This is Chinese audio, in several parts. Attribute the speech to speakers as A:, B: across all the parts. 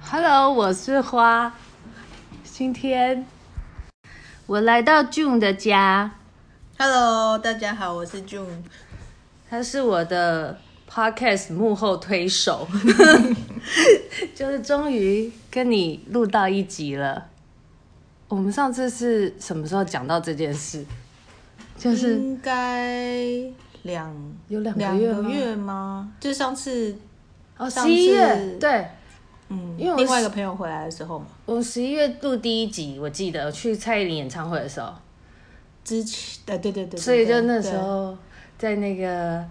A: Hello，我是花。今天我来到 June 的家，
B: Hello，大家好，我是 June。
A: 他是我的 Podcast 幕后推手， 就是终于跟你录到一集了。我们上次是什么时候讲到这件事？就是
B: 应该两
A: 有两个
B: 两
A: 月吗
B: 个月吗？就上次，
A: 哦，
B: 上
A: 十一月
B: 次，
A: 对
B: 嗯，
A: 因为我
B: 另外一个朋友回来的时候嘛，
A: 我十一月录第一集，我记得我去蔡依林演唱会的时候，
B: 之前，呃对对对对，
A: 所以就
B: 对
A: 那时，候在那个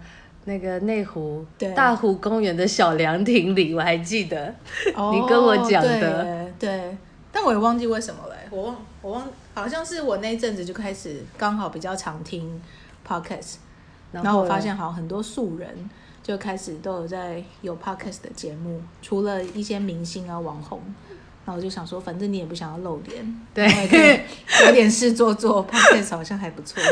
A: 那个内湖
B: 对
A: 大湖公园的小凉亭里，我还记 得。
B: 对哦
A: 你跟我讲的
B: 对耶，对，但我也忘记为什么嘞，我忘，我忘，好像是我那一阵子就开始刚好比较常听 podcast，然后我
A: 嘞
B: 发现好像很多素人就开始都有在有 podcast 的节目，除了一些明星啊网红，然后我就想说，反正你也不想要露脸，
A: 对
B: 然后也可以有点事做做 podcast 好像还不错，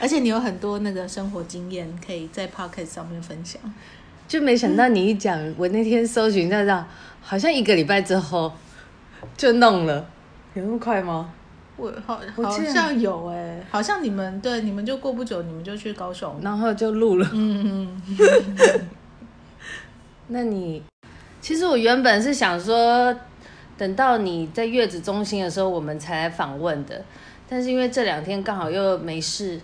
B: 而且你有很多那个生活经验可以在 podcast 上面分享。
A: 就没想到你一讲，我那天搜寻到到，好像一个礼拜之后就弄了，有那么快吗？
B: 我好
A: 我
B: 好
A: 记得
B: 像有哎、好像你们对你们就过不久，你们就去高雄。
A: 然后就录了。
B: 嗯，嗯
A: 那你其实我原本是想说，等到你在月子中心的时候，我们才来访问的。但是因为这两天刚好又没事，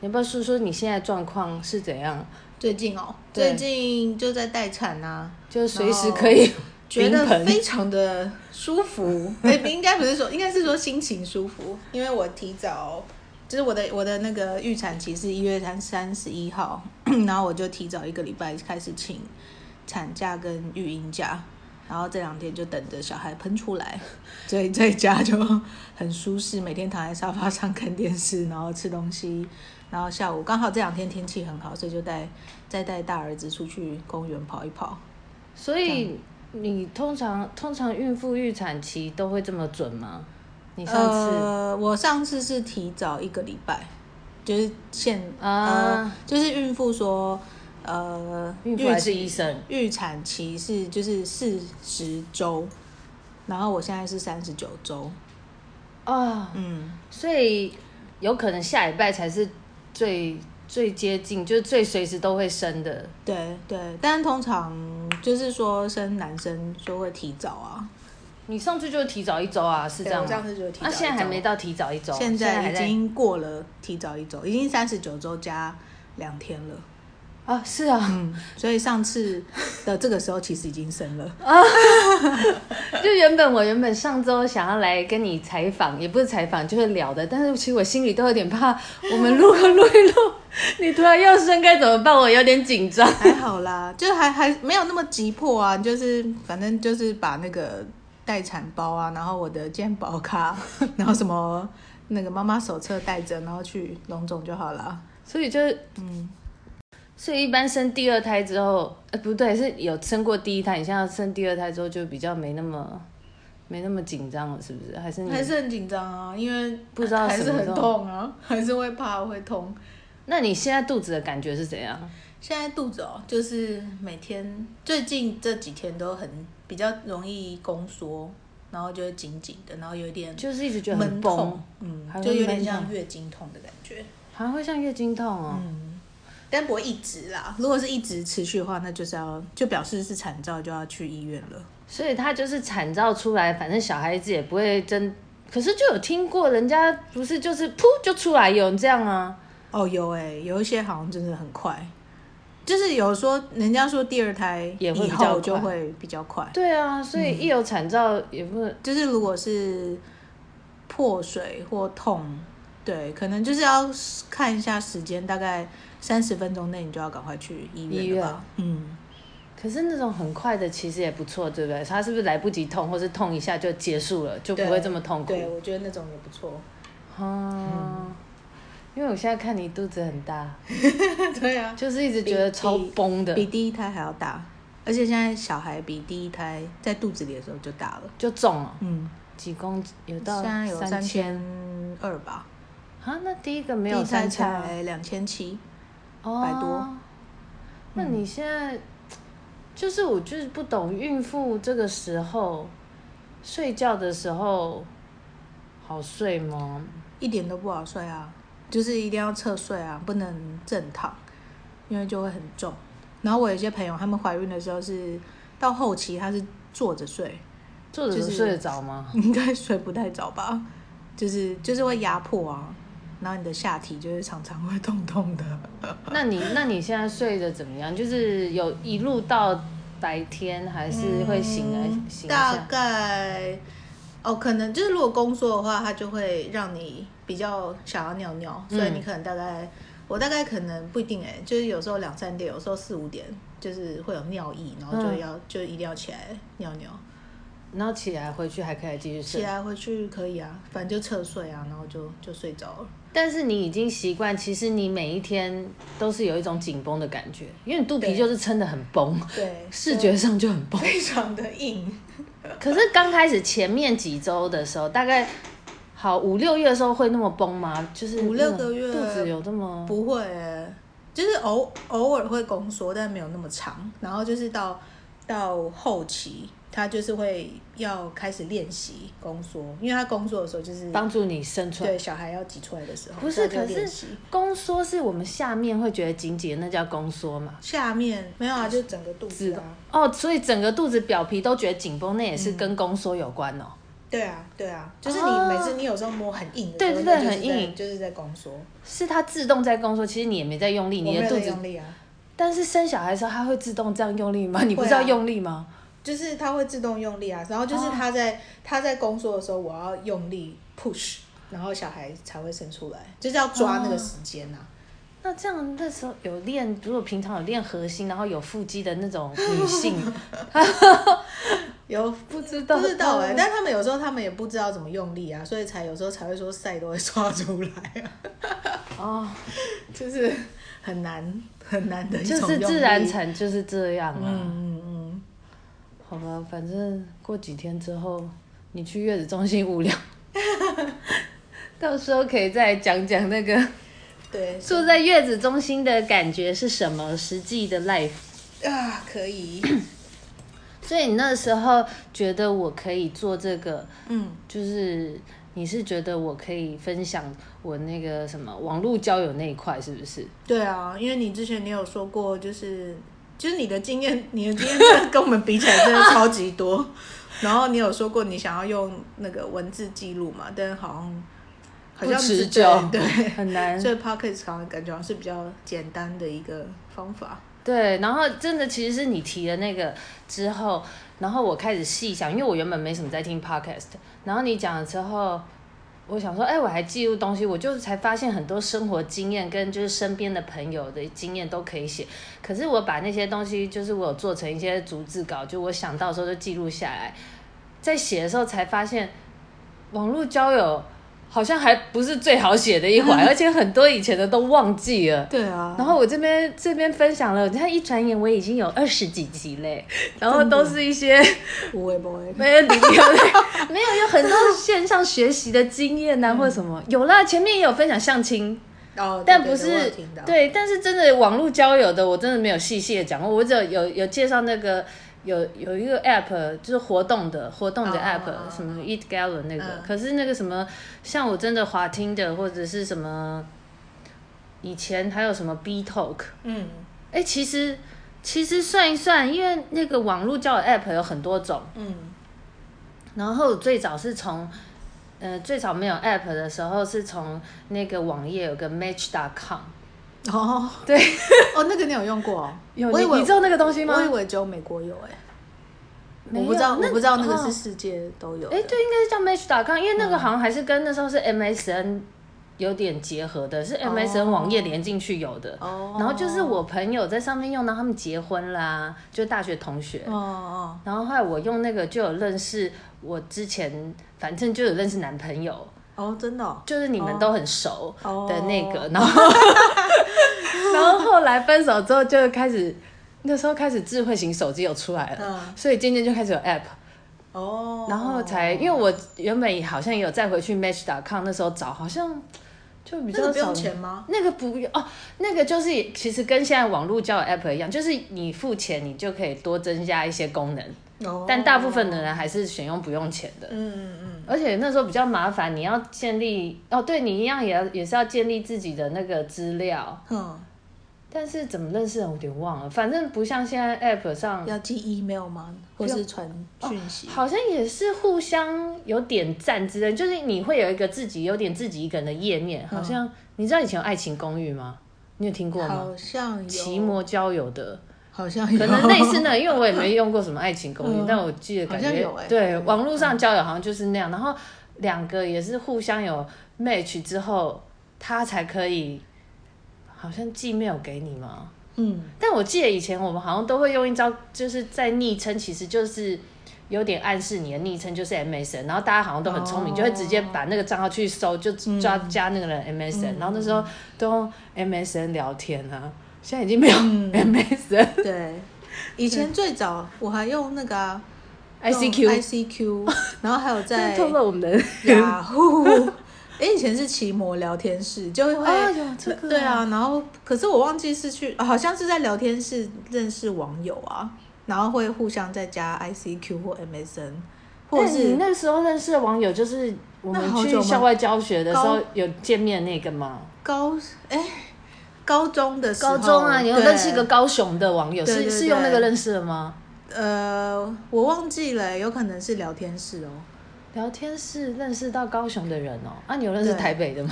A: 你要不要说说你现在状况是怎样？
B: 最近哦，
A: 对
B: 最近就在待产啊，
A: 就随时可以
B: 觉
A: 临
B: 得
A: 盆
B: 非常的舒服，对，应该不是说，应该是说心情舒服，因为我提早，就是我的我的那个预产期是一月三三十一号，然后我就提早一个礼拜开始请产假跟育婴假，然后这两天就等着小孩喷出来，所以在家就很舒适，每天躺在沙发上看电视，然后吃东西，然后下午刚好这两天天气很好，所以就带再带大儿子出去公园跑一跑。
A: 所以你通常通常孕妇预产期都会这么准吗？你上次、
B: 呃，我上次是提早一个礼拜，就是现
A: 啊
B: 呃，就是孕妇说，呃，
A: 孕妇还是
B: 期
A: 医生
B: 预产期是就是四十周，然后我现在是三十九周，
A: 啊，
B: 嗯，
A: 所以有可能下礼拜才是最最接近，就是最随时都会生的。
B: 对对，但通常就是说生男生就会提早啊，
A: 你上次就提早一周啊，是这样
B: 对我
A: 吗
B: 上？次就提早
A: 那、
B: 一周
A: 现在还没到提早一周，啊
B: 现在
A: 还
B: 已经过了提早一周，已经三十九周加两天了。
A: 啊，是 啊，
B: 嗯，所以上次的这个时候其实已经生了，
A: 就原本我原本上周想要来跟你采访，也不是采访，就是聊的，但是其实我心里都有点怕，我们录个录一录，你突然要生该怎么办？我有点紧张。
B: 还好啦，就还还没有那么急迫啊，就是反正就是把那个待产包啊，然后我的健保卡， 然后什么那个妈妈手册带着，然后去龙总就好了。
A: 所以就是，嗯，所以一般生第二胎之后，呃，不对，是有生过第一胎，你现在要生第二胎之后就比较没那么没那么紧张了，是不是？还是你？
B: 还是很紧张啊，因为
A: 不知道
B: 还
A: 什
B: 是
A: 么
B: 很
A: 时候
B: 痛啊， 还是会怕会痛。
A: 那你现在肚子的感觉是怎样？
B: 现在肚子哦，就是每天最近这几天都很比较容易宫缩，然后就会紧紧的，然后有一点
A: 就是一直觉得很
B: 闷痛
A: 崩，，
B: 嗯
A: 还，会
B: 就有点
A: 闷
B: 像
A: 痛
B: 月经痛的感觉。
A: 还会像月经痛哦。
B: 嗯，但不会一直啦。如果是一直持续的话，那就是要就表示是产兆，就要去医院了。
A: 所以它就是产兆出来，反正小孩子也不会真。可是就有听过人家不是就是噗就出来有人这样啊？
B: 哦，有哎、有一些好像真的很快，就是有说人家说第二胎
A: 也会
B: 以
A: 比较
B: 后就
A: 快
B: 会比较快，
A: 对啊，所
B: 嗯
A: 以一有产兆也不能
B: 就是如果是破水或痛，对，可能就是要看一下时间，大概三十分钟内你就要赶快去医
A: 医
B: 院了吧。嗯，
A: 可是那种很快的其实也不错，对不对？他是不是来不及痛，或是痛一下就结束了，就不会这么痛苦？
B: 嗯对，我觉得那种也不错。
A: 啊，因为我现在看你肚子很大，
B: 对啊，
A: 就是一直觉得超崩的，
B: 比第一胎还要大，而且现在小孩比第一胎在肚子里的时候就大了。
A: 就重了
B: 嗯，
A: 几公斤，有到
B: 现在有
A: 三
B: 三千二吧，
A: 啊？那第一个没
B: 第
A: 有
B: 一胎
A: 三千啊，
B: 才两千七。
A: 哦
B: 百多。
A: 那你现在就是我就是不懂孕妇这个时候，睡觉的时候好睡吗？
B: 一点都不好睡啊，就是一定要侧睡啊，不能正躺，因为就会很重。然后我有一些朋友，他们怀孕的时候是到后期，她是坐着 睡，
A: 坐着
B: 就是
A: 睡得着吗？
B: 应该睡不太着吧， 就是就是会压迫啊，然后你的下体就是常常会痛痛的。
A: 那你那你现在睡得怎么样？就是有一路到白天，还是会醒来、
B: 嗯
A: 醒一
B: 大
A: 下？
B: 概哦，可能就是如果工作的话，它就会让你比较想要尿尿，所以
A: 嗯
B: 你可能大概、我大概可能不一定哎、就是有时候两三点，有时候四五点，就是会有尿意，然后就
A: 嗯
B: 要、就一定要起来尿尿，
A: 然后起来回去还可以继续
B: 起
A: 睡。
B: 来回去可以啊，反正就侧睡啊，然后就就睡着了。
A: 但是你已经习惯，其实你每一天都是有一种紧绷的感觉，因为你肚皮
B: 对
A: 就是撑得很绷，
B: 对，
A: 视觉上就很绷。
B: 非常的硬。
A: 可是刚开始前面几周的时候，大概好五六月的时候会那么崩吗？就是
B: 五六
A: 那种
B: 个月
A: 肚子有这么
B: 不会欸、就是偶偶尔会宫缩，但没有那么长。然后就是到到后期，他就是会要开始练习宫缩，因为他宫缩的时候就是
A: 帮助你生出来
B: 对小孩要挤出来的时候，
A: 不是
B: 他就
A: 可是
B: 练习
A: 宫缩是我们下面会觉得紧紧的，那叫宫缩嘛。
B: 下面没有啊，就整个肚子啊，嗯
A: 哦，所以整个肚子表皮都觉得紧绷，那也是跟宫缩有关哦。
B: 对啊对啊，就是你
A: 哦
B: 每次你有时候摸很硬的
A: 对
B: 时候，
A: 对对
B: 那就是
A: 很
B: 在
A: 硬
B: 就是在宫缩，
A: 是它自动在宫缩，其实你也没在用力，
B: 我
A: 你
B: 没
A: 的
B: 有
A: 肚
B: 在
A: 子。
B: 用力啊，
A: 但是生小孩的时候，它会自动这样用力吗？你不是
B: 会啊
A: 要用力吗？
B: 就是它会自动用力啊，然后就是
A: 哦
B: 它在它、在宫缩的时候，我要用力 push，然后小孩才会生出来，就是要抓那个时间呐、啊。
A: 那这样那时候有练，如果平常有练核心，然后有腹肌的那种女 性，
B: 有
A: 不哦知道
B: 不知道哎、
A: 嗯
B: 但他们有时候他们也不知道怎么用力啊，所以才有时候才会说晒都会刷出来啊，
A: 哦，
B: 就是很难很难的一
A: 就
B: 种
A: 是
B: 用
A: 自然
B: 力。
A: 产就是这样啊。
B: 嗯嗯嗯，
A: 好吧，反正过几天之后你去月子中心无聊， 到时候可以再讲讲那个
B: 对
A: 住在月子中心的感觉是什么，实际的 life。
B: 啊，可以，
A: 所以你那时候觉得我可以做这个，
B: 嗯。
A: 就是你是觉得我可以分享我那个什么网络交友那一块，是不是？
B: 对啊，因为你之前你有说过，就是就是你的经验，你的经验真的跟我们比起来真的超级多。 然后你有说过你想要用那个文字记录嘛，但好像好像
A: 不
B: 不
A: 持
B: 是
A: 久
B: 对，
A: 很难
B: 对所以 podcast 好像感觉好像是比较简单的一个方法。
A: 对，然后真的其实是你提的那个之后，然后我开始细想，因为我原本没什么在听 podcast，然后你讲了之后，我想说，哎，我还记录东西，我就是才发现很多生活经验跟就是身边的朋友的经验都可以写，可是我把那些东西就是我有做成一些逐字稿，就我想到的时候就记录下来，在写的时候才发现，网络交友好像还不是最好写的一环，而且很多以前的都忘记了。
B: 对啊
A: 然后我这边这边分享了，你看一转眼我已经有二十几集嘞，然后都是一 些
B: 不会不会，
A: 没有理由的，没有有很多线上学习的经验呐、或者什么。有啦，前面也有分享相亲，
B: 嗯哦，
A: 但
B: 对
A: 不
B: 对对我有
A: 是
B: 听到
A: 对，但是真的网络交友的，我真的没有细细的讲过，我只有有有介绍那个。有有一个 app 就是活动的活动的
B: 哦
A: app，、
B: 哦哦
A: 什么 Eat Gallon 那个，
B: 嗯
A: 可是那个什么，像我真的滑听的或者是什么，以前还有什么 B Talk，
B: 嗯
A: 哎、其实其实算一算，因为那个网络交友 App 有很多种，
B: 嗯
A: 然后最早是从，呃，最早没有 App 的时候是从那个网页有个 Match.com，
B: 哦
A: 对，
B: 哦，那个你有用过、哦？
A: 有
B: 我以
A: 你
B: 为
A: 你知道那个东西吗？
B: 我以为只有美国有哎、
A: 没
B: 我
A: 有
B: 不知道，我
A: 那
B: 不知道那个是
A: 哦
B: 世界都有的。
A: 哎、对，应该是叫 Match.com，因为那个好像还是跟那时候是 MSN 有点结合的，是 MSN 网页连进去有的。
B: 哦
A: 然后就是我朋友在上面用，然后他们结婚啦，就大学同学。
B: 哦哦，
A: 然后后来我用那个就有认识我之前，反正就有认识男朋友，
B: 哦，真的、哦，
A: 就是你们都很熟
B: 哦
A: 的那个，然后然后后来分手之后就开始，那时候开始智慧型手机有出来了，
B: 嗯
A: 所以渐渐就开始有 app，
B: 哦，
A: 然后才因为我原本好像也有再回去 match.com 那时候找，好像就比
B: 那
A: 较少
B: 个不用钱吗？
A: 那个不用哦，那个就是其实跟现在网络交友 app 一样，就是你付钱，你就可以多增加一些功能。
B: 哦
A: 但大部分的人还是选用不用钱的。
B: 嗯嗯
A: 而且那时候比较麻烦，你要建立哦，对你一样也要也是要建立自己的那个资料，
B: 嗯
A: 但是怎么认识人我有点忘了，反正不像现在 App 上
B: 嗯，，要寄 email 吗？或是传讯息？
A: 好像也是互相有点赞之类，就是你会有一个自己有点自己一个人的页面，好像、你知道以前有《爱情公寓》吗？你有听过吗？
B: 嗯哦好像有，
A: 奇摩交友的，
B: 好像 有，
A: 可能类似的，因为我也没用过什么爱情公寓，
B: 嗯
A: 但我记得感
B: 好像
A: 觉
B: 有欸
A: 对网络上交友好像就是那样，然后两个也是互相有 match 之后，他才可以好像寄 mail 给你嘛。
B: 嗯
A: 但我记得以前我们好像都会用一招，就是在昵称，其实就是有点暗示你的昵称就是 MSN，然后大家好像都很聪明，
B: 哦嗯
A: 就会直接把那个账号去搜，就抓加那个人 MSN，、然后那时候都用 MSN 聊天啊，现在已经没有
B: 嗯
A: MSN。
B: 对。以前最早我还用那个、啊、
A: ICQ
B: ICQ，然后还有
A: 真
B: 在
A: 的透露我 们的
B: 雅 虎。哎，以前是奇摩聊天室，就会、
A: 啊有这个啊
B: 对啊，然后可是我忘记是去，啊好像是在聊天室认识网友啊，然后会互相再加 ICQ 或 MSN，或
A: 但
B: 者
A: 哎你
B: 是
A: 那时候认识的网友，就是我
B: 那
A: 们
B: 好久
A: 去
B: 吗
A: 校外教学的时候
B: 高
A: 有见面那个吗？
B: 高哎高中的时候，
A: 高中啊，你有
B: 对
A: 认识一个高雄的网友，
B: 对
A: 是
B: 对
A: 是用那个
B: 对
A: 认识的吗？
B: 呃，我忘记了，有可能是聊天室哦，
A: 聊天室认识到高雄的人哦、啊，你有认识
B: 对
A: 台北的吗？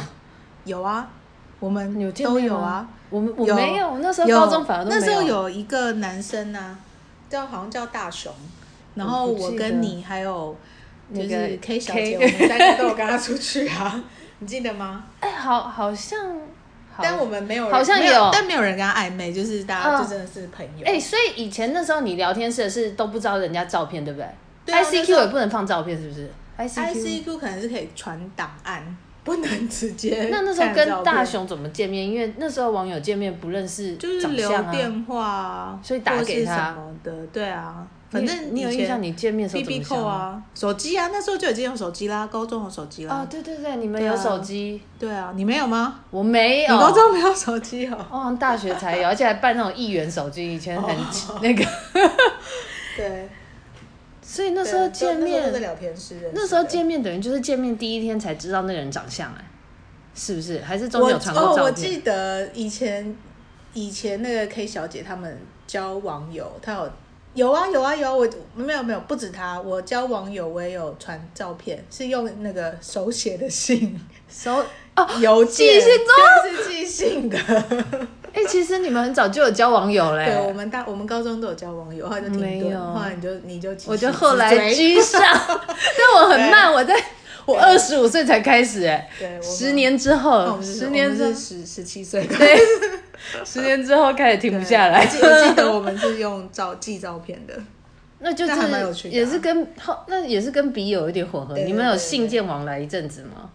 B: 有啊，我们
A: 有见
B: 都
A: 面
B: 有
A: 吗
B: 啊，，
A: 我们我
B: 有
A: 没有，我那时候
B: 有
A: 高中反而都没
B: 那时候有一个男生啊，叫好像叫大雄，然后
A: 嗯我不
B: 我
A: 记得
B: 跟你还有
A: 那
B: 就是
A: 个
B: K 小
A: K
B: 姐，我们三个都有跟他出去啊， 你记得吗？
A: 哎、好好像，好
B: 但我们没有人，
A: 好像
B: 没有
A: 有
B: 但没有人跟他暧昧，就是大
A: 嗯
B: 家就真的是朋友。
A: 哎、所以以前那时候你聊天室的是都不知道人家照片，对不对
B: 对啊
A: i c
B: 那
A: q
B: 时候
A: 也不能放照片，是不是
B: I
A: ？ICQ
B: C Q 可能是可以传档案，不能直 接看照片。
A: 那那时候跟大雄怎么见面？因为那时候网友见面不认识
B: 就是
A: 长
B: 留
A: 相啊。
B: 电话啊，
A: 所以打
B: 或
A: 给
B: 是
A: 他
B: 什么的，对啊，反
A: 你
B: 正
A: 你有印象你见面的时
B: B
A: 候怎
B: B
A: 么
B: 扣
A: 想吗？
B: 啊，手机啊，那时候就已经有手机啦，高中有手机啦。
A: 哦，对对对，你们
B: 对啊
A: 有手机，
B: 对啊，你没有吗？
A: 我没有。
B: 你高中没有手机哦？
A: 哦，大学才有，而且还办那种一元手机，以前很、
B: 哦
A: 那 个，
B: 对，啊
A: 所以那时候见面，
B: 在聊天室认识的
A: 那时候见面等于就是见面第一天才知道那个人长相、哎，是不是？还是中
B: 我
A: 间有传过
B: 哦，
A: 照
B: 我
A: 片？
B: 记得以前以前那个 K 小姐他们交网友，她有有啊有啊有啊，我没有没有，不止她，我交网友我也有传照片，是用那个手写的信，
A: 手哦，
B: 邮件
A: 寄信
B: 就是寄 信的。
A: 哎、其实你们很早就有交网友嘞、
B: 对，我们大我们高中都有交网友，后来就停
A: 没
B: 顿，
A: 有
B: 后来你就你就急
A: 我就
B: 起
A: 后
B: 直
A: 来
B: 追
A: 居上，但我很慢，我在我二十五岁才开始、
B: 对我
A: 哎，
B: 们
A: 十年之
B: 那嗯我
A: 后，
B: 们是
A: 十年之
B: 是
A: 后，
B: 哦十十七 岁的。
A: 对，十年之后开始停不下来
B: 我。记我记得我们是用照寄照片的，
A: 那就
B: 那还蛮有
A: 是
B: 趣的啊
A: 也是跟后那也是跟笔友有点混合。
B: 对对
A: 你们有
B: 对对
A: 信件往来一阵子吗？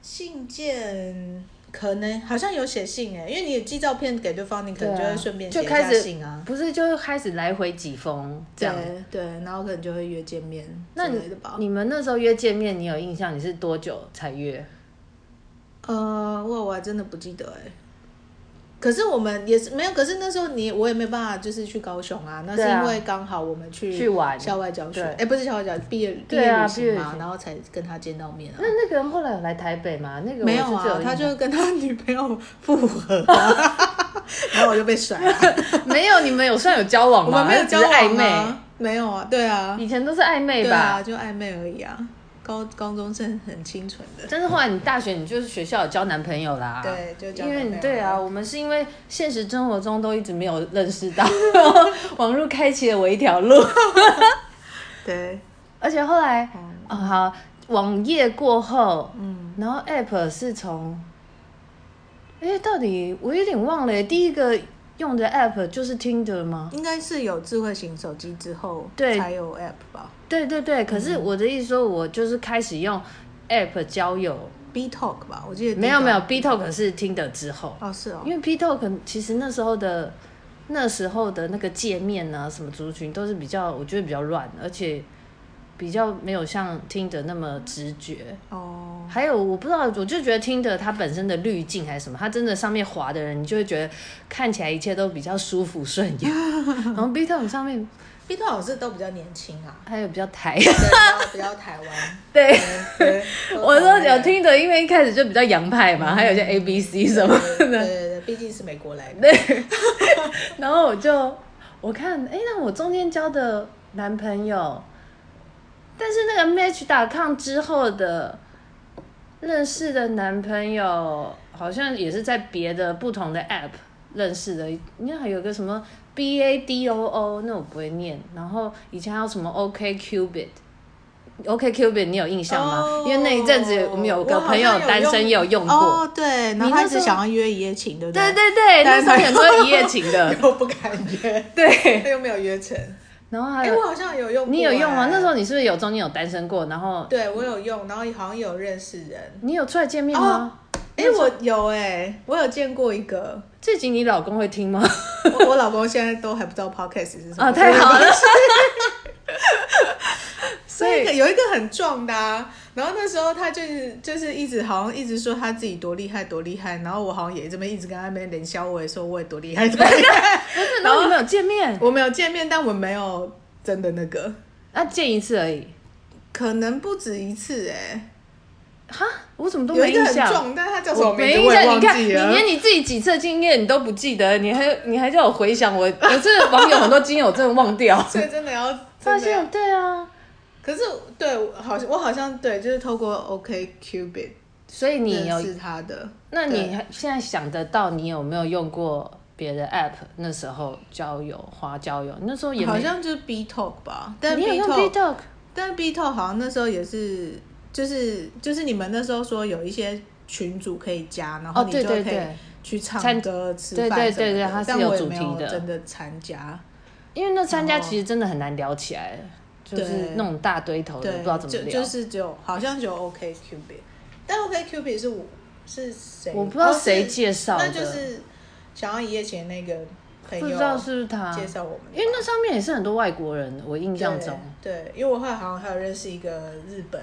B: 信件可能好像有写信哎、因为你也寄照片给对方，你可能就
A: 对啊
B: 会顺便
A: 就
B: 写一
A: 开
B: 下
A: 始
B: 信啊。
A: 不是就开始来回几封这
B: 对
A: 样。
B: 对，然后可能就会约见面之
A: 那你
B: 类的吧。
A: 你们那时候约见面，你有印象？你是多久才约？
B: 呃，我我还真的不记得哎、可是我们也是没有，可是那时候你我也没办法，就是去高雄啊，那是
A: 对啊
B: 因为刚好我们去
A: 去玩
B: 校外教学，
A: 对
B: 哎、不是校外教学，毕业毕
A: 对
B: 业
A: 啊
B: 旅
A: 毕业
B: 行
A: 旅
B: 嘛，
A: 行
B: 然后才跟他见到面啊
A: 那。那个人后来有来台北吗？那个我
B: 没有
A: 是只
B: 啊，
A: 印
B: 他
A: 象
B: 就跟他女朋友复合、 啊，然后我就被甩了、
A: 没有。你们有算有交往
B: 我
A: 吗？
B: 们没有交往、
A: 还
B: 啊、
A: 是只是暧
B: 没有啊，对啊
A: 昧，，以前都是暧昧
B: 对
A: 吧
B: 啊，。就暧昧而已啊。高高中生很清纯的，
A: 但是后来你大学你就是学校有交男朋友啦，
B: 对就交
A: 因为
B: 男
A: 你
B: 朋友
A: 对啊，
B: 了
A: 我们是因为现实生活中都一直没有认识 到，网络开启了我一条路，
B: 对，
A: 而且后来
B: 嗯
A: 哦好，网页过后，
B: 嗯，
A: 然后 App 是从，哎，到底我有点忘了，第一个用的 App 就是 Tinder 吗？
B: 应该是有智慧型手机之后
A: 对
B: 才有 app 吧
A: 对对对，可
B: 嗯
A: 是我的意思说，我就是开始用 App 交友，
B: ，B Talk 吧，我记得第一
A: 没有
B: 个
A: 没有，B Talk 是 Tinder 之后。
B: 哦是哦
A: 因，为 P Talk 其实那时候的那时候的那个界面啊，什么族群都是比较，我觉得比较乱，而且比较没有像听的那么直觉。
B: 哦，
A: 还有我不知道，我就觉得听的它本身的滤镜还是什么，它真的上面滑 的人，你就会觉得看起来一切都比较舒服顺眼。然后 B Talk 上面
B: 冰岛老师都比较年轻啊，
A: 还有比较台，
B: 对比较比较台湾。
A: 对，
B: 对
A: 我
B: 都
A: 说有听的，因为一开始就比较洋派嘛，还有些 A B C 什么
B: 对对
A: 的，
B: 对，毕竟是美国来的。
A: 对。 然后我就我看，哎，那我中间交的男朋友，但是那个 Match.com 之后的认识的男朋友，好像也是在别的不同的 App 认识的，应该还有个什么 B A D O O，那我不会念。然后以前还有什么 O K Cupid。OK Cupid，你有印象吗
B: 哦
A: 因为那一阵子我们有个朋友
B: 我好像有
A: 单身也有用过，
B: 哦，对，然后他一
A: 你那时
B: 直
A: 候
B: 想要约一夜情，对不
A: 对
B: 对？
A: 对对，那
B: 但是
A: 时候很多一夜情 的，
B: 又不敢约，
A: 对。
B: 他又没有约成。
A: 然后还
B: 哎、
A: 有、
B: 我好像有用过、
A: 你有用吗？哦
B: 哎
A: 那时候你是不是有中间有单身过？然后
B: 对我有用，然后好像有认识人。
A: 你有出来见面吗？
B: 哎、我有哎、我有见过一 个，
A: 这集你老公会听 吗？
B: 我我老公现在都还不知道 podcast 是什么
A: 啊，太好 了！所
B: 所以
A: 以
B: 有一个很壮的、啊，然后那时候他就是就是一直好像一直说他自己多厉害多厉害，然后我好像也这么一直跟他们冷笑，我也说我也多厉害多厉 害。
A: 不是，然后你们有见面？
B: 我没有见面，但我没有真的那个，
A: 啊，见一次而已。
B: 可能不止一次哎、
A: 哈，我怎么都
B: 有
A: 没
B: 一个
A: 印
B: 很
A: 象。
B: 壮，但他叫什
A: 我
B: 么
A: 没
B: 名字
A: 印
B: 我也
A: 象，
B: 忘
A: 你看，你
B: 记了。
A: 连你自己几次经验你都不记得，你还你还叫我回想我，我真的网友很多经验我真的忘掉。
B: 所以 真的要
A: 发
B: 真的要
A: 现对啊，
B: 可是对，我好像我好像对，就是透过 OK Cupid
A: 所以你有
B: 认识他的。
A: 那你
B: 对
A: 还现在想得到你有没有用过别的 app？那时候交友花交友，那时候也没
B: 好像就是 B Talk 吧，但
A: 你有
B: B
A: 用
B: Talk，
A: B Talk
B: 但 B Talk 好像那时候也是，就是就是你们那时候说有一些群组可以加，然后
A: 哦，
B: 你
A: 对
B: 就可
A: 对
B: 以
A: 对，
B: 去唱
A: 参
B: 歌、吃
A: 对
B: 饭
A: 对
B: 什么
A: 对对
B: 的
A: 它是
B: 但
A: 有
B: 我也
A: 主
B: 没
A: 题
B: 有
A: 的
B: 真的参加，
A: 因为那参加
B: 然后
A: 其实真的很难聊起来，就是
B: 哦对
A: 哦那种大堆头的，
B: 对，
A: 不知道怎么
B: 就
A: 聊
B: 就。是只有好像只有 OK Cupid，但 OK Cupid 是我是谁？
A: 我不知道
B: 哦是
A: 谁介绍的，
B: 那就是想要一夜情那个朋
A: 不
B: 友
A: 知道是不是他，
B: 介绍我们
A: 因
B: 的，
A: 为那上面也是很多外国人，我印象中
B: 对，对，因为我后来好像还有认识一个日本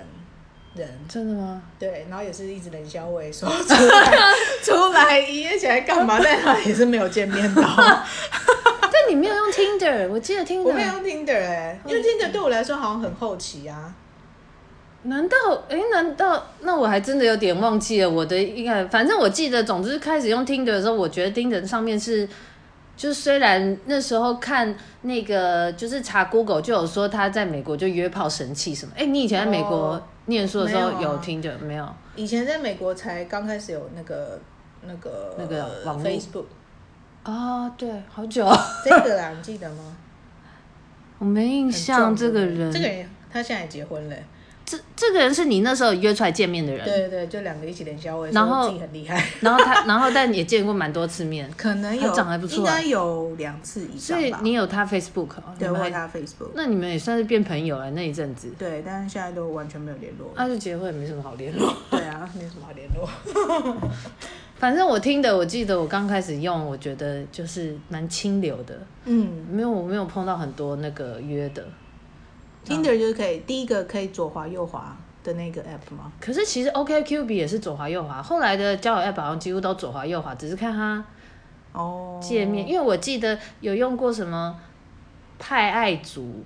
B: 人，
A: 真的吗？
B: 对，然后也是一直冷笑我也说出来出来一夜起来干嘛，但他也是没有见 面到。
A: 但你没有用 Tinder，我记得
B: 我没
A: Tinder，
B: 有用 Tinder 哎、因为 Tinder 对我来说好像很后期啊。
A: 难道诶，难道那我还真的有点忘记了我的应该，反正我记得，总之开始用 Tinder 的时候，我觉得 Tinder 上面是。就虽然那时候看那个，就是查 Google 就有说他在美国就约炮神器什么。哎、你以前在美国
B: 哦
A: 念书的时候
B: 没
A: 有
B: 有啊
A: Tinder 没有？
B: 以前在美国才刚开始有那个那个
A: 那个
B: 呃
A: 网络
B: Facebook
A: 啊，对，好久、哦，
B: 这个啦，你记得吗？
A: 我没印
B: 很
A: 象
B: 重
A: 这个人。
B: 这个人他现在也结婚了、
A: 这这个人是你那时候约出来见面的人，
B: 对对对，就两个一起冷笑我
A: 嗯
B: 也
A: 然后
B: 说自己很厉害。
A: 然后他，然后但也见过蛮多次面，
B: 可能有
A: 他长得还不错
B: 应
A: 啊
B: 该有两次以
A: 所
B: 上
A: 以
B: 吧。
A: 你有他 Facebook，哦
B: 对，
A: 你们
B: 我
A: 还
B: 有他 Facebook，
A: 那你们也算是变朋友了那一阵子，
B: 对，但是现在都完全没有联络了。
A: 那、啊就结婚也没什么好联络。
B: 对啊，没什么好联络。
A: 反正我听的，我记得我刚开始用，我觉得就是蛮清流的，
B: 嗯
A: 没有我没有碰到很多那个约的。
B: ，Tinder 就是可以第一个可以左滑右滑的那个 app 吗？
A: 可是其实 OKQB 也是左滑右滑，后来的交友 app 好像几乎都左滑右滑，只是看它
B: 哦，
A: 界面，因为我记得有用过什么派爱族，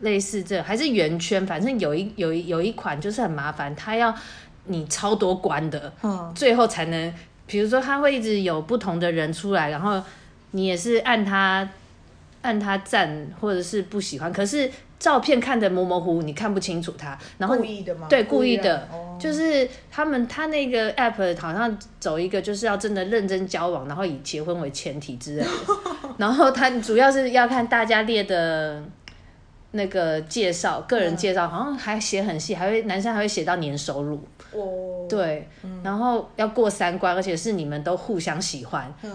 A: 类似这还是圆圈，反正有一有一有一款就是很麻烦，它要你超多关的，
B: 嗯，
A: 最后才能，比如说它会一直有不同的人出来，然后你也是按它按它赞或者是不喜欢，可是照片看得模模糊糊，你看不清楚它，然后
B: 故意的吗？
A: 对故意的
B: 让哦，
A: 就是他们他那个 app 好像走一个就是要真的认真交往，然后以结婚为前提之类的。然后他主要是要看大家列的那个介绍，个人介绍，好像还写很细，还会男生还会写到年收入，
B: 我，
A: 对，然后要过三关，而且是你们都互相喜欢，
B: 嗯，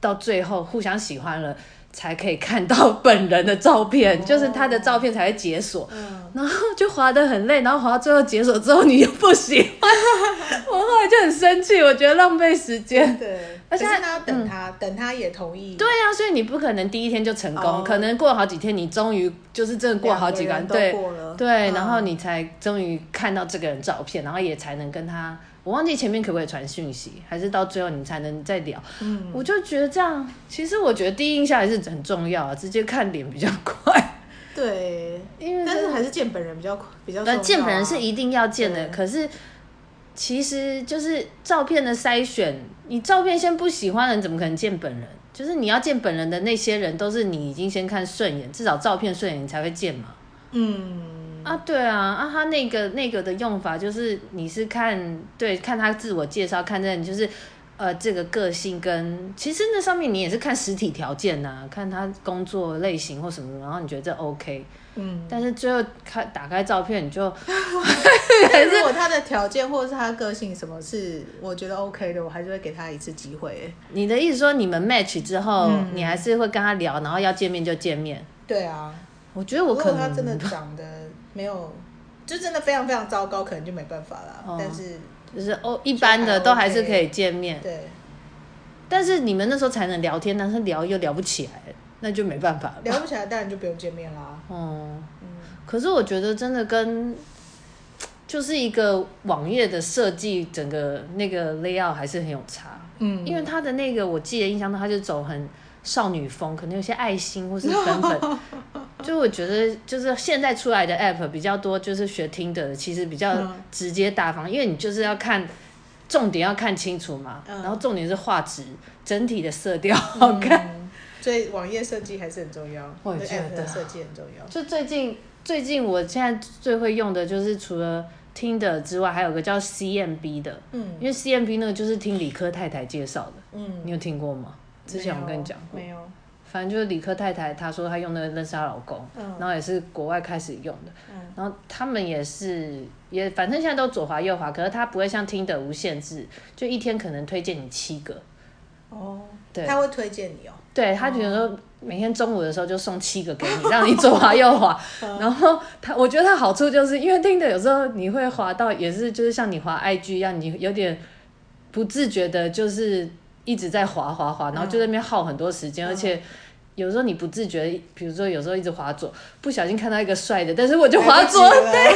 A: 到最后互相喜欢了。才可以看到 本人的照片，就是他的照片才会解锁。
B: 嗯
A: 然后就滑得很累，然后滑到最后解锁之后，你又不喜欢， 我后来就很生气，我觉得浪费时间。
B: 对，
A: 而
B: 而
A: 且
B: 且
A: 他
B: 他要等他，等他也同意，
A: 对啊，所以你不可能第一天就成功，
B: 哦
A: 可能过好几天，你终于就是真的过好几关，
B: 两个
A: 对
B: 人都过了，
A: 对，
B: 嗯
A: 然后你才终于看到这个人照片，然后也才能跟他，我忘记前面可不可以传讯息，还是到最后你才能再聊。
B: 嗯，
A: 我就觉得这样，其实我觉得第一印象还是很重要啊，直接看脸比较快。
B: 对，
A: 因为
B: 但
A: 真
B: 是
A: 的
B: 还是见本人比较快比较重
A: 呃，
B: 要啊。
A: 见本人是一定要见的，
B: 对
A: 可是其实就是照片的筛选，你照片先不喜欢的人，怎么可能见本人？就是你要见本人的那些人，都是你已经先看顺眼，至少照片顺眼，你才会见嘛。
B: 嗯，
A: 啊，对啊，啊，他那个那个的用法就是你是看对看他自我介绍，看这你就是呃这个个性跟其实那上面你也是看实体条件呐、看他工作类型或什么，然后你觉得这 OK，
B: 嗯，
A: 但是最后开打开照片你就
B: 但如果他的条件或者是他个性什么是我觉得 OK 的，我还是会给他一次机会。
A: 你的意思说你们 match 之后，
B: 嗯
A: 你还是会跟他聊，然后要见面就见面？
B: 对啊，
A: 我觉得
B: 如
A: 我
B: 果
A: 可
B: 他真的
A: 能
B: 长得没有，就真的非常非常糟糕，可能就没办法啦。
A: 哦
B: 但是
A: 就是哦，一般的都还是可以见面，
B: 对，
A: 但是你们那时候才能聊天，但是聊又聊不起来，那就没办法了。
B: 聊不起来当然就不用见面啦。
A: 哦，
B: 嗯，
A: 可是我觉得真的跟就是一个网页的设计，整个那个 layout 还是很有差。
B: 嗯
A: 因为他的那个我记得印象中，他就走很少女风，可能有些爱心或是粉 粉。就我觉得，就是现在出来的 app 比较多，就是学听的，其实比较
B: 嗯
A: 直接大方，因为你就是要看重点要看清楚嘛，
B: 嗯
A: 然后重点是画质，整体的色调好看。
B: 嗯所以网页设计还是很重要，
A: 我也
B: 对
A: 觉得
B: app 的设计很重要。
A: 就最近最近我现在最会用的就是除了听的之外，还有个叫 CMB 的，
B: 嗯
A: 因为 CMB 那个就是听理科太太介绍的，
B: 嗯，
A: 你有听过吗？之前我跟你讲过。
B: 没有，
A: 反正就是理科太太，她说她用那个认识她老公，
B: 嗯
A: 然后也是国外开始用的，
B: 嗯
A: 然后他们也是也反正现在都左滑右滑，可是它不会像听的无限制，就一天可能推荐你七个，
B: 哦，
A: 对
B: 他会推荐你哦，
A: 对他比如说每天中午的时候就送七个给你， 让你左滑右滑，
B: 嗯
A: 然后他我觉得它好处就是因为听的有时候你会滑到也是就是像你滑 IG 一样，你有点不自觉的就是一直在滑滑滑，然后就在那边耗很多时间，
B: 嗯
A: 而且。有时候你不自觉，比如说有时候一直滑左，不小心看到一个帅的，但 是我就滑
B: 哎
A: 左，
B: 对，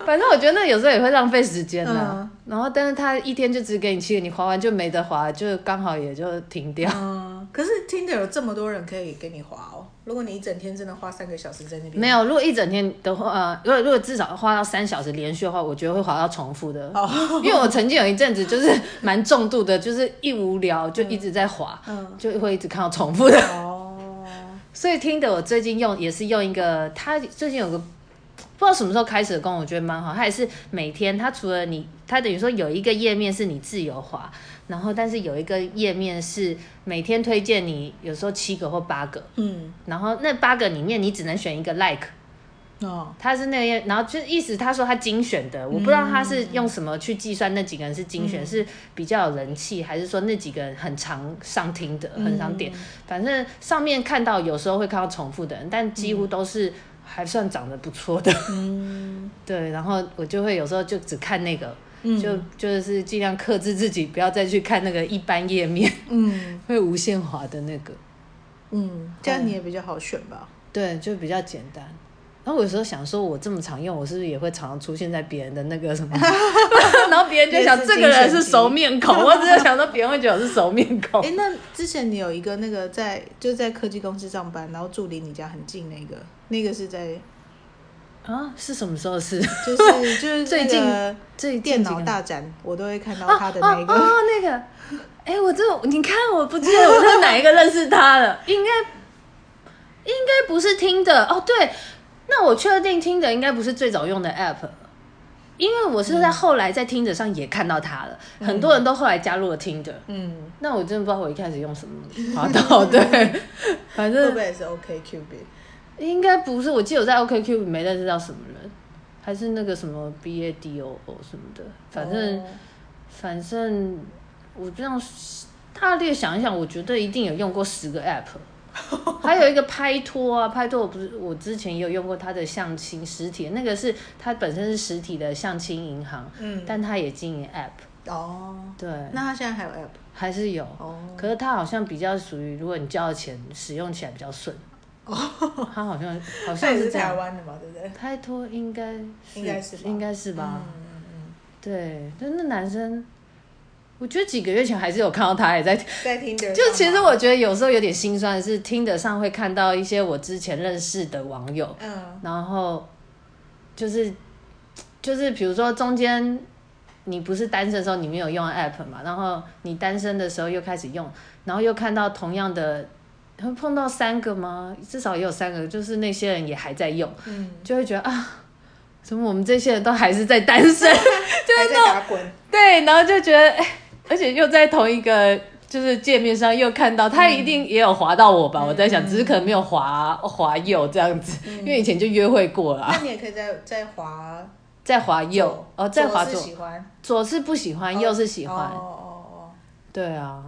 A: 反正我觉得那有时候也会浪费时间的、啊
B: 嗯
A: 然后，但是他一天就只给你七个，你滑完就没得滑，就刚好也就停掉。
B: 嗯，可是 Tinder 有这么多人可以给你滑哦，如果你一整天真的花三个小时在那边，
A: 没有，如果一整天的话，呃，如果如果至少花到三小时连续的话，我觉得会滑到重复的。
B: 哦
A: 因为我曾经有一阵子就是蛮重度的，就是一无聊就一直在滑，
B: 嗯
A: 就会一直看到重复的。
B: 哦，
A: 所以听的我最近用也是用一个，它最近有个不知道什么时候开始的功能，我觉得蛮好。它也是每天，它除了你，它等于说有一个页面是你自由滑，然后但是有一个页面是每天推荐你，有时候七个或八个，
B: 嗯
A: 然后那八个里面你只能选一个 like。
B: 哦，
A: 他是那样，然后就是意思他说他精选的，我不知道他是用什么去计算那几个人是精选，是比较有人气，还是说那几个人很常上听的，很常点。反正上面看到有时候会看到重复的人，但几乎都是还算长得不错的。
B: 嗯
A: 对，然后我就会有时候就只看那个，
B: 嗯
A: 就就是尽量克制自己，不要再去看那个一般页面
B: 嗯
A: 会无限滑的那个。
B: 嗯，这样你也比较好选吧，
A: 对，就比较简单。然后我有时候想说，我这么常用，我是不是也会常常出现在别人的那个什么？ 然后别人就想
B: 也是
A: 这个人
B: 精
A: 是
B: 选
A: 熟面 孔，我只是想说别人会觉得我是熟面孔
B: 哎、。那之前你有一个那个在就在科技公司上班，然后住离你家很近那个，那个是在
A: 啊，是什么时候的事？
B: 就是就是
A: 最
B: 那
A: 近
B: 个
A: 这
B: 电脑大展，我都会看到他的那
A: 哦哦
B: 个。
A: 哦那个，哎，我这你看，我不记得我在哪一个认识他了， 应该应该不是听的哦。对，那我确定听的应该不是最早用的 app，因为我是在后来在听的上也看到他了，很多人都后来加入了听的。
B: 嗯，
A: 那我真的不知道我一开始用什么 滑到，哦对， 反
B: 会不
A: 正
B: 会也是 OK Cupid？
A: 应该不是。我记得我在 OKQ 没认识到什么人，还是那个什么 BADOO 什么的，反正、
B: 哦
A: 反正我这样大略想一想，我觉得一定有用过十个 app，还有一个拍拖啊，拍拖我不是我之前也有用过它的相亲实体，那个是它本身是实体的相亲银行，
B: 嗯，
A: 但它也经营 app，
B: 哦，
A: 对，
B: 那他现在还有 App
A: 还是有。
B: 哦，
A: 可是它好像比较属于，如果你交了钱，使用起来比较顺。哦，它好像好
B: 他
A: 像
B: 也是
A: 是这
B: 台
A: 样。
B: 湾的嘛，对不对？
A: 拍拖应该是嗯
B: 应该是吧
A: 应该是吧？
B: 嗯嗯
A: 对，就那男生，我觉得几个月前还是有看到他也在
B: 嗯在听的。
A: 就其实我觉得有时候有点心酸，是听得上会看到一些我之前认识的网友，
B: 嗯，
A: 然后就是就是比如说中间你不是单身的时候你没有用 app 嘛，然后你单身的时候又开始用，然后又看到同样的，会碰到三个吗？至少也有三个，就是那些人也还在用，
B: 嗯，
A: 就会觉得啊。怎么我们这些人都还是在单身？啊
B: 还在打滚，
A: 对，然后就觉得，哎而且又在同一个就是界面上又看到，他一定也有划到我吧？我在想，只是可能没有划划右这样子，因为以前就约会过了啊，
B: 那你也可以再再滑
A: 再划右哦，再划
B: 是
A: 左，
B: 喜欢，
A: 左是不喜欢，右是喜欢，
B: 哦哦哦，
A: 对啊，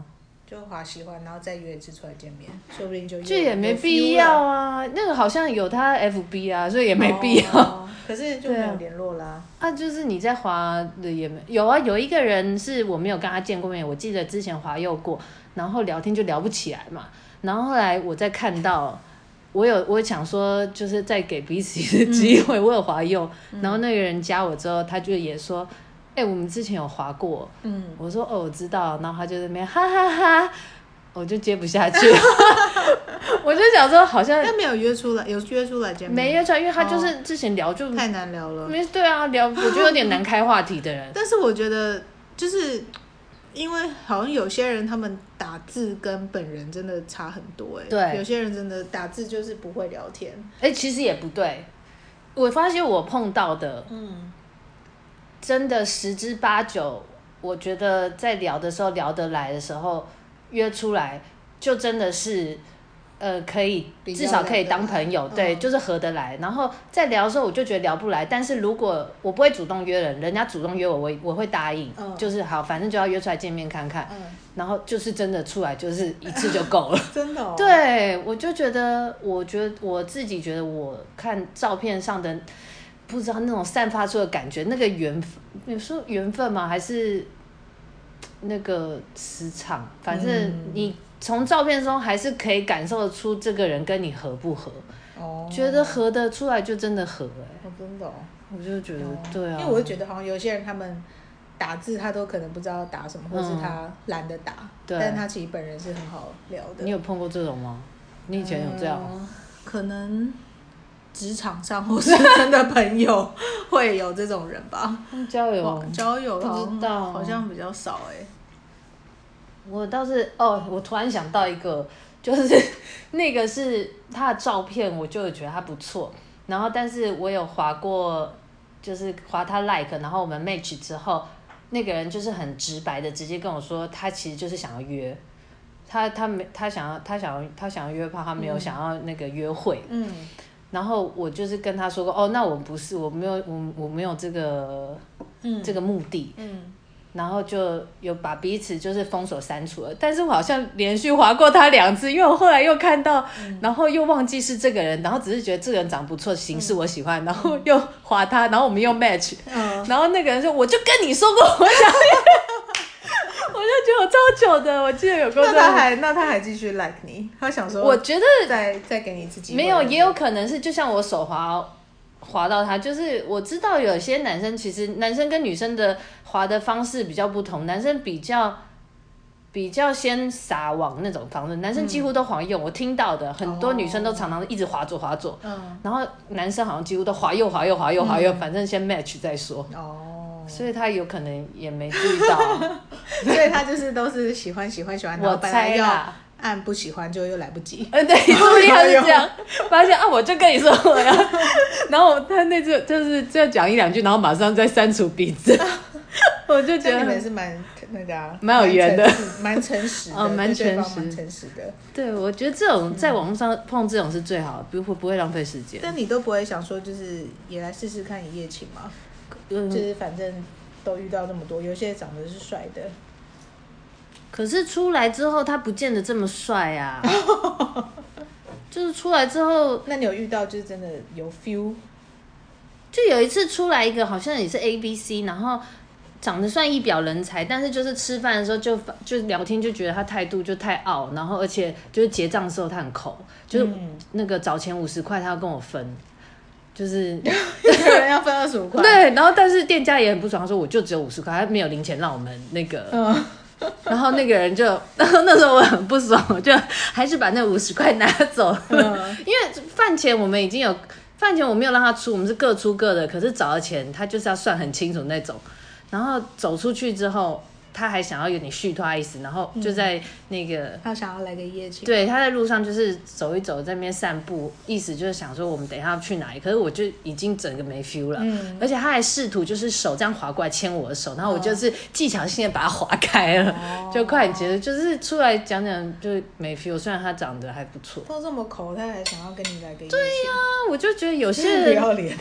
B: 就滑喜欢，然后再约一次出来见面，说不定就
A: 就
B: 这
A: 也没必要啊，那个好像有他 FB 啊，所以也没必要、
B: 要，哦可是就
A: 对
B: 没
A: 啊
B: 有联络啦。
A: 啊，就是你在滑的也没有啊，有一个人是我没有跟他见过面，我记得之前滑右过，然后聊天就聊不起来嘛，然后后来我再看到，我有我想说就是再给彼此一次机会，
B: 嗯
A: 我有滑右，然后那个人加我之后，他就也说，哎、我们之前有滑过，
B: 嗯，
A: 我说哦我知道，然后他就在那边哈哈哈我就接不下去， 我就想说好像
B: 但没有约出来，有约出来见面，
A: 啊没约出来，因为他就是之前聊就。
B: 太难聊了。
A: 没对啊，聊我觉得有点难开话题的人，
B: 但是我觉得，就是因为好像有些人他们打字跟本人真的差很多、欸，
A: 对
B: 有些人真的打字就是不会聊天，
A: 哎、其实也不对。我发现我碰到的，
B: 嗯，
A: 真的十之八九，我觉得在聊的时候聊得来的时候，约出来就真的是，呃，可以
B: 比较
A: 至少可以
B: 聊得
A: 当朋友，
B: 来
A: 对，
B: 嗯
A: 就是合得来。然后在聊的时候，我就觉得聊不来，但是如果我不会主动约人，人家主动约我，我也我会答应，
B: 嗯
A: 就是好，反正就要约出来见面看看。
B: 嗯，
A: 然后就是真的出来，就是一次就够了。
B: 真的、哦，，
A: 对，我就觉得，我觉得我自己觉得，我看照片上的，不知道那种散发出的感觉，那个缘分，你说缘分吗？还是那个磁场？反正
B: 嗯
A: 你从照片中还是可以感受得出这个人跟你合不合，
B: 哦，
A: 觉得合得出来就真的合、欸。
B: 哦真的、哦，
A: 我就觉得
B: 哦，
A: 对啊，
B: 因为我就觉得好像有些人他们。打字他都可能不知道打什么，或是他懒得打，
A: 嗯对
B: 但他其实本人是很好聊的。
A: 你有碰过这种吗？你以前有这样吗？
B: 嗯可能职场上或是真的朋友会有这种人吧。
A: 交友
B: 网交友
A: 不
B: 好像
A: 知道
B: 好像比较少哎、
A: 我倒是哦，我突然想到一个，就是 那个是他的照片，我就有觉得他不错。然后，但是我有划过，就是划他 like，然后我们 match 之后，那个人就是很直白的直接跟我说，他其实就是想要约，他他没他想要他想要他想要约炮，他没有想要那个约会。
B: 嗯，
A: 然后我就是跟他说过，哦，那我不是，我没有我我没有这个
B: 嗯
A: 这个目的。
B: 嗯，
A: 然后就有把彼此就是封锁删除了，但是我好像连续划过他两次，因为我后来又看到，
B: 嗯
A: 然后又忘记是这个人，然后只是觉得这个人长不错，形式我喜欢，然后又划他，然后我们又 match，、
B: 嗯
A: 然后那个人说我就 跟你说 过我想要，我就觉得我超久的，我记得有过
B: 那
A: 这
B: 他
A: 样，
B: 还那他还继续 like 你，他想说
A: 我觉得
B: 再再给你一次机会，
A: 没有，也有可能是就像我手滑滑到他，就是我知道有些男生其实男生跟女生的滑的方式比较不同，男生比较比较先撒网那种方式，男生几乎都滑右，我听到的很多
B: 哦
A: 女生都常常一直滑左滑左，
B: 嗯
A: 然后男生好像几乎都滑右滑右滑右滑右，反正先 match 再说，
B: 哦，
A: 所以他有可能也没注意到，
B: 所以他就是都是喜欢喜欢喜欢，然
A: 我
B: 后本来
A: 猜
B: 要
A: 啦。
B: 按不喜欢就又来不及，
A: 嗯， 对，说不定他是这
B: 哎
A: 样，发现啊，我就跟你说我要， 然后他那次就是这讲一两句，然后马上再删除彼 此，我就觉
B: 所以你们
A: 得，
B: 是蛮那个啊
A: 蛮有缘的
B: 蛮诚实蛮诚实的，
A: 哦蛮
B: 对对
A: 诚
B: 方
A: 实
B: 蛮诚实的。
A: 对我觉得这种在网络上碰这种是最好的，不会不会浪费时间。
B: 但你都不会想说，就是也来试试看一夜情吗？就
A: 嗯，
B: 是反正都遇到那么多，有些长得是帅的，
A: 可是出来之后他不见得这么帅 啊，就是出来之后，
B: 那你有遇到就是真的有 feel？
A: 就有一次出来一个好像也是 A B C，然后长得算一表人才，但是就是吃饭的时候就就聊天就觉得他态度就太傲，然后而且就是结账的时候他很抠，就是
B: 嗯
A: 那个找前五十块他要跟我分，就是
B: 有人要分二十五块，
A: 对，然后但是店家也很不爽，他说我就只有五十块，他没有零钱让我们那个
B: 嗯，
A: 然后那个人就， 然后那时候我很不爽，我就还是把那五十块拿走了，
B: 嗯
A: 因为饭钱我们已经有饭钱，我没有让他出，我们是各出各的。可是找的钱他就是要算很清楚那种。然后走出去之后，他还想要有点续托意思，然后就在那个、
B: 他想要来个夜情，
A: 对他在路上就是走一走，在那边散步，意思就是想说我们等一下要去哪里。可是我就已经整个没 feel 了，
B: 嗯
A: 而且他还试图就是手这样划过来牵我的手，然后我就是技巧性的把它划开了，就快点结束。就是出来讲讲就没 feel，虽然他长得还不错。
B: 都这么口，他还想要跟你来个夜情，对呀、
A: 啊，我就觉得 有些
B: 是不
A: 人
B: 要脸、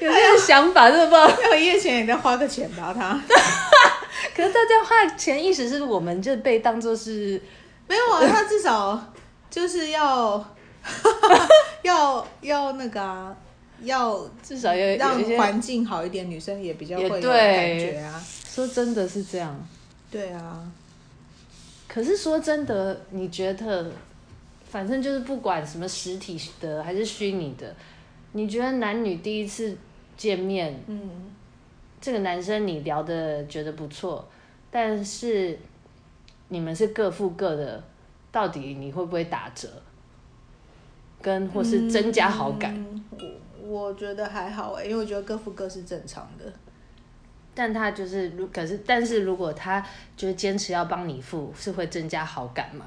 A: 有些人想法真的不知道，
B: 要夜情也得花个钱吧他。
A: 可是大家花的钱意思是我们就被当做是
B: 没有啊，他至少就是要 要要那个啊，要
A: 至少有有
B: 让
A: 一些，
B: 环境好一点，女生也比较会
A: 也
B: 有感
A: 对
B: 觉啊。
A: 说真的是这样。
B: 对啊，
A: 可是说真的，你觉得，反正就是不管什么实体的还是虚拟的，你觉得男女第一次见面，
B: 嗯，
A: 这个男生你聊的觉得不错，但是你们是各付各的，到底你会不会打折？跟或是增加好感，
B: 嗯我我觉得还好哎、因为我觉得各付各是正常的。
A: 但他就是如可是，但是如果他就是坚持要帮你付，是会增加好感吗？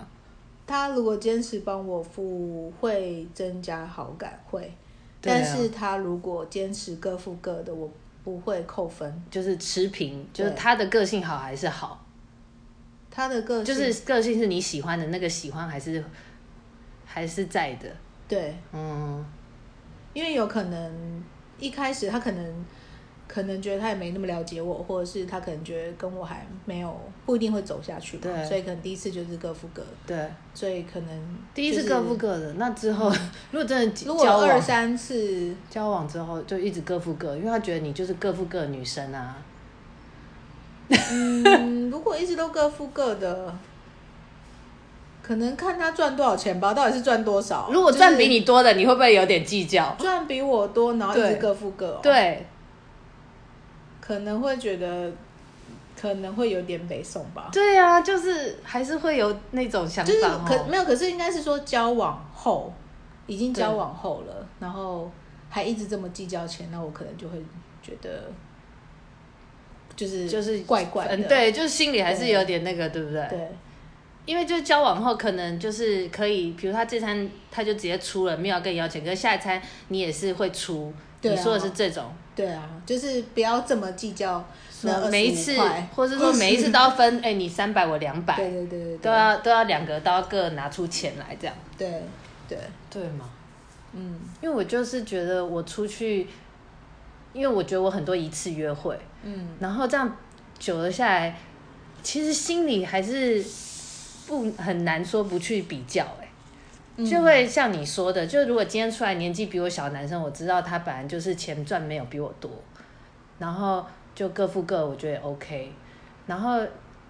B: 他如果坚持帮我付，会增加好感，会。
A: 对啊
B: 但是他如果坚持各付各的，我不会扣分。
A: 就是持平，就是
B: 对
A: 他的个性好还是好？
B: 他的个性
A: 就是个性是你喜欢的那个喜欢还是还是在的，
B: 对，
A: 嗯，
B: 因为有可能一开始他可能可能觉得他也没那么了解我，或者是他可能觉得跟我还没有不一定会走下去嘛，
A: 对啊
B: 所以可能第一次就是各付各，
A: 对，
B: 所以可能
A: 第一次
B: 就是
A: 各付各的，那之后嗯 如果真的交
B: 如
A: 往
B: 果二三次，
A: 交往之后就一直各付各，因为他觉得你就是各付各的女生啊，
B: 嗯，如果一直都各付各的。可能看他赚多少钱吧，到底是赚多少？
A: 如果赚比
B: 就是
A: 你多的，你会不会有点计较？
B: 赚比我多，然后一直
A: 对
B: 各付各、哦，，
A: 对，
B: 可能会觉得可能会有点北宋吧。
A: 对啊，就是还是会有那种想法
B: 就是
A: 哦
B: 可没有，可是应该是说交往后，已经交往后了，然后还一直这么计较钱，那我可能就会觉得就是
A: 就是
B: 怪怪的，
A: 嗯，对，就是心里还是有点那个，对不对？
B: 对
A: 因为就是交往后，可能就是可以，比如他这餐他就直接出了，没有跟你要钱，可是下一餐你也是会出。
B: 对啊
A: 你说的是这种，
B: 对啊，就是不要这么计较
A: 什
B: 那
A: 么每一次
B: 25块，
A: 或是说每一次都要分，哎、你三百我两
B: 对
A: 百，啊
B: 对对对
A: 都要都要两个都要各拿出钱来这样，
B: 对对，
A: 对吗？
B: 嗯
A: 因为我就是觉得我出去，因为我觉得我很多一次约会，
B: 嗯，
A: 然后这样久了下来，其实心里还是不很难说不去比较、哎。
B: 嗯
A: 就会像你说的，就如果今天出来年纪比我小的男生，我知道他本来就是钱赚没有比我多，然后就各付各，我觉得也 OK。然后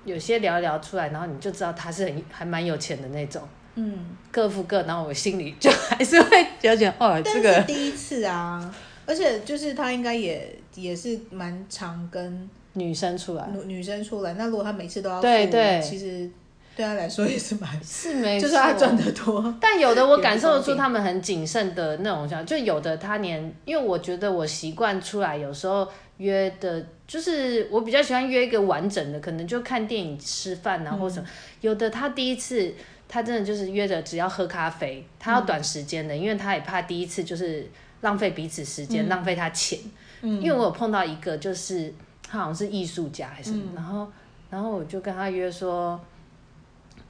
A: 有些聊一聊出来，然后你就知道他是很还蛮有钱的那种，
B: 嗯，
A: 各付各。然后我心里就还是会有点哦，
B: 但
A: 这
B: 是
A: 个
B: 第一次啊，而且就是他应该也也是蛮常跟。
A: 女生出来
B: 女女生出来，那如果她每次都要付，
A: 对对
B: 其实对她来说也是啊蛮，
A: 是没
B: 就算她
A: 错
B: 赚得多，
A: 但有的我感受得出他们很谨慎的那种想，就有的他连，因为我觉得我习惯出来，有时候约的，就是我比较喜欢约一个完整的，可能就看电影、吃饭啊或什么。有的他第一次，他真的就是约着只要喝咖啡，他要短时间的，因为他也怕第一次就是浪费彼此时间，浪费他钱。
B: 嗯
A: 因为我有碰到一个，就是他好像是艺术家还是什么，然后然后我就跟他约说，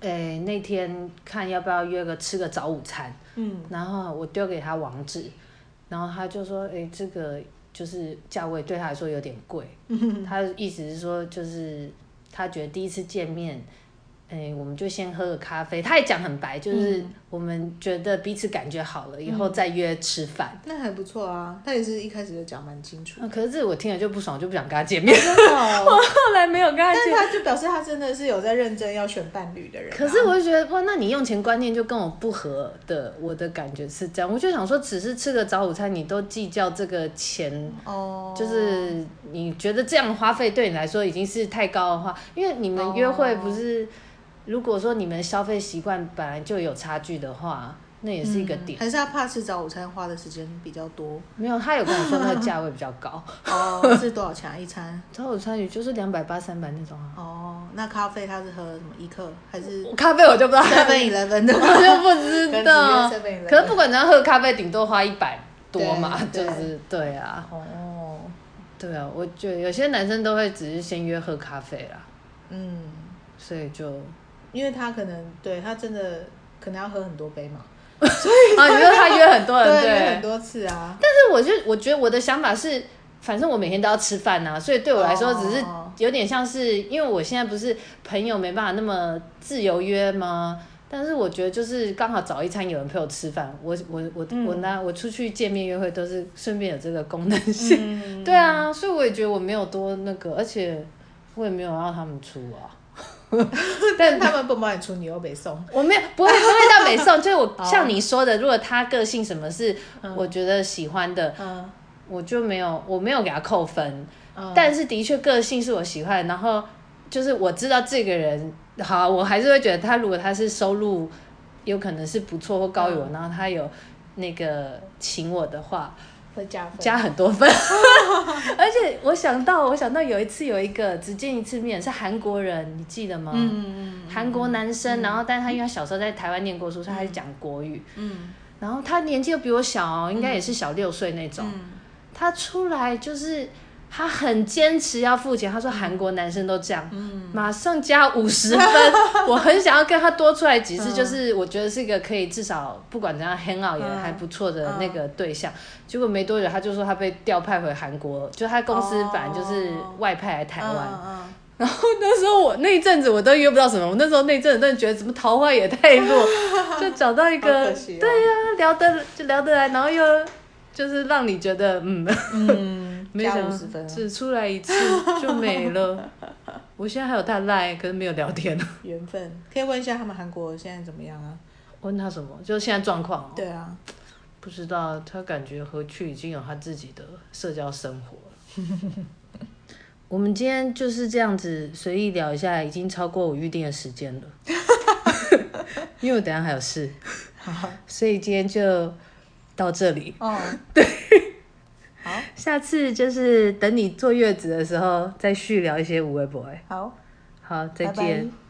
A: 诶、那天看要不要约个吃个早午餐，
B: 嗯，
A: 然后我丢给他网址，然后他就说，诶、这个就是价位对他来说 有点贵，他的意思是说就是他觉得第一次见面。哎，我们就先喝个咖啡。他也讲很白，就是
B: 嗯
A: 我们觉得彼此感觉好了，以后再约吃饭。
B: 那还不错啊，他也是一开始就讲蛮清楚
A: 啊，可是这我听了就不爽，我就不想跟他见 面。
B: 真的哦、
A: 后来没有跟他
B: 但
A: 见
B: 是
A: 面。
B: 他就表示他真的是有在认真要选伴侣的人啊、
A: 可是我就觉得哇，那你用钱观念就跟我不合的，我的感觉是这样。我就想说，只是吃个早午餐，你都计较这个钱
B: 哦，
A: 就是你觉得这样花费对你来说已经是太高的话，因为你们约会不是，如果说你们消费习惯本来就有差距的话，那也是一个点。
B: 还是他怕吃早午餐花的时间比较 多
A: 没有，他有跟我说那个价位比较 高，
B: 哦，是多少钱啊一餐？
A: 早午餐也就是两百八、三百那种啊。
B: 哦，那咖啡他是喝什么一克还是
A: 咖啡我就不知道，
B: Seven Eleven 的
A: 我
B: 吗？
A: 就不知道。
B: 跟直接 7-Eleven
A: 可是不管怎样，喝咖啡顶多花一百多嘛，就
B: 对对
A: 是对啊，
B: 哦，
A: 对啊。我觉得有些男生都会只是先约喝咖啡啦，
B: 嗯，
A: 所以就
B: 因为他可能对他真的可能要喝很多杯嘛，
A: 啊，你说他约很多人，
B: 对，
A: 对
B: 有很多次啊，
A: 但是我就我觉得我的想法是，反正我每天都要吃饭呐、所以对我来说
B: 哦
A: 只是有点像是，因为我现在不是朋友没办法那么自由约吗？但是我觉得就是刚好早一餐有人陪我吃饭，我我我、我拿我出去见面约会都是顺便有这个功能性，
B: 嗯，
A: 对啊，所以我也觉得我没有多那个，而且我也没有让他们出 啊，但
B: 但他们不帮你出，你又没送，
A: 我没有不会不会到北宋，就是我
B: 哦
A: 像你说的，如果他个性什么是我觉得喜欢的，
B: 嗯
A: 我就没有，我没有给他扣分，
B: 嗯，
A: 但是的确个性是我喜欢的，然后就是我知道这个人好，我还是会觉得他如果他是收入有可能是不错或高于
B: 嗯
A: 我，然后他有那个请我的话，
B: 会加分，
A: 加很多分。 而且我想到，我想到有一次有一个只见一次面是韩国人，你记得吗？
B: 嗯嗯
A: 韩国男生，然后但他因为他小时候在台湾念过书，所以他就讲国语。
B: 嗯
A: 然后他年纪又比我小哦，应该也是小六岁那种。
B: 嗯，
A: 他出来就是他很坚持要付钱，他说韩国男生都这样，
B: 嗯
A: 马上加五十 分。我很想要跟他多出来几次，
B: 嗯
A: 就是我觉得是一个可以至少不管怎样 hang out 也
B: 嗯
A: 还不错的那个对象。结果没多久他就说他被调派回韩国，就他公司
B: 哦
A: 反正就是外派来台湾。
B: 嗯，
A: 然后那时候我那一阵子我都约不到什么，我那时候那一阵子真的觉得怎么桃花也太 弱，就找到一
B: 好
A: 个、
B: 可惜哦
A: 对呀、聊得就聊得来，然后又就是让你觉得嗯，
B: 嗯
A: 没
B: 加
A: 想
B: 五
A: 到
B: 十分啊，
A: 只出来 一次就没了。我现在还有他赖，可是没有聊天了。
B: 缘分，可以问一下他们韩国现在怎么样啊？
A: 问他什么？就现在状况、哦，
B: 对啊，
A: 不知道他感觉何去已经有他自己的社交生活了。 我们今天就是这样子随意聊一下，已经超过我预定的时 间了，因为我等一下还有事，所以今天就到这里。
B: 哦，
A: 下次就是等你坐月子的时候再续聊一些无微博。
B: 好，
A: 好，再
B: 拜拜
A: 见，拜拜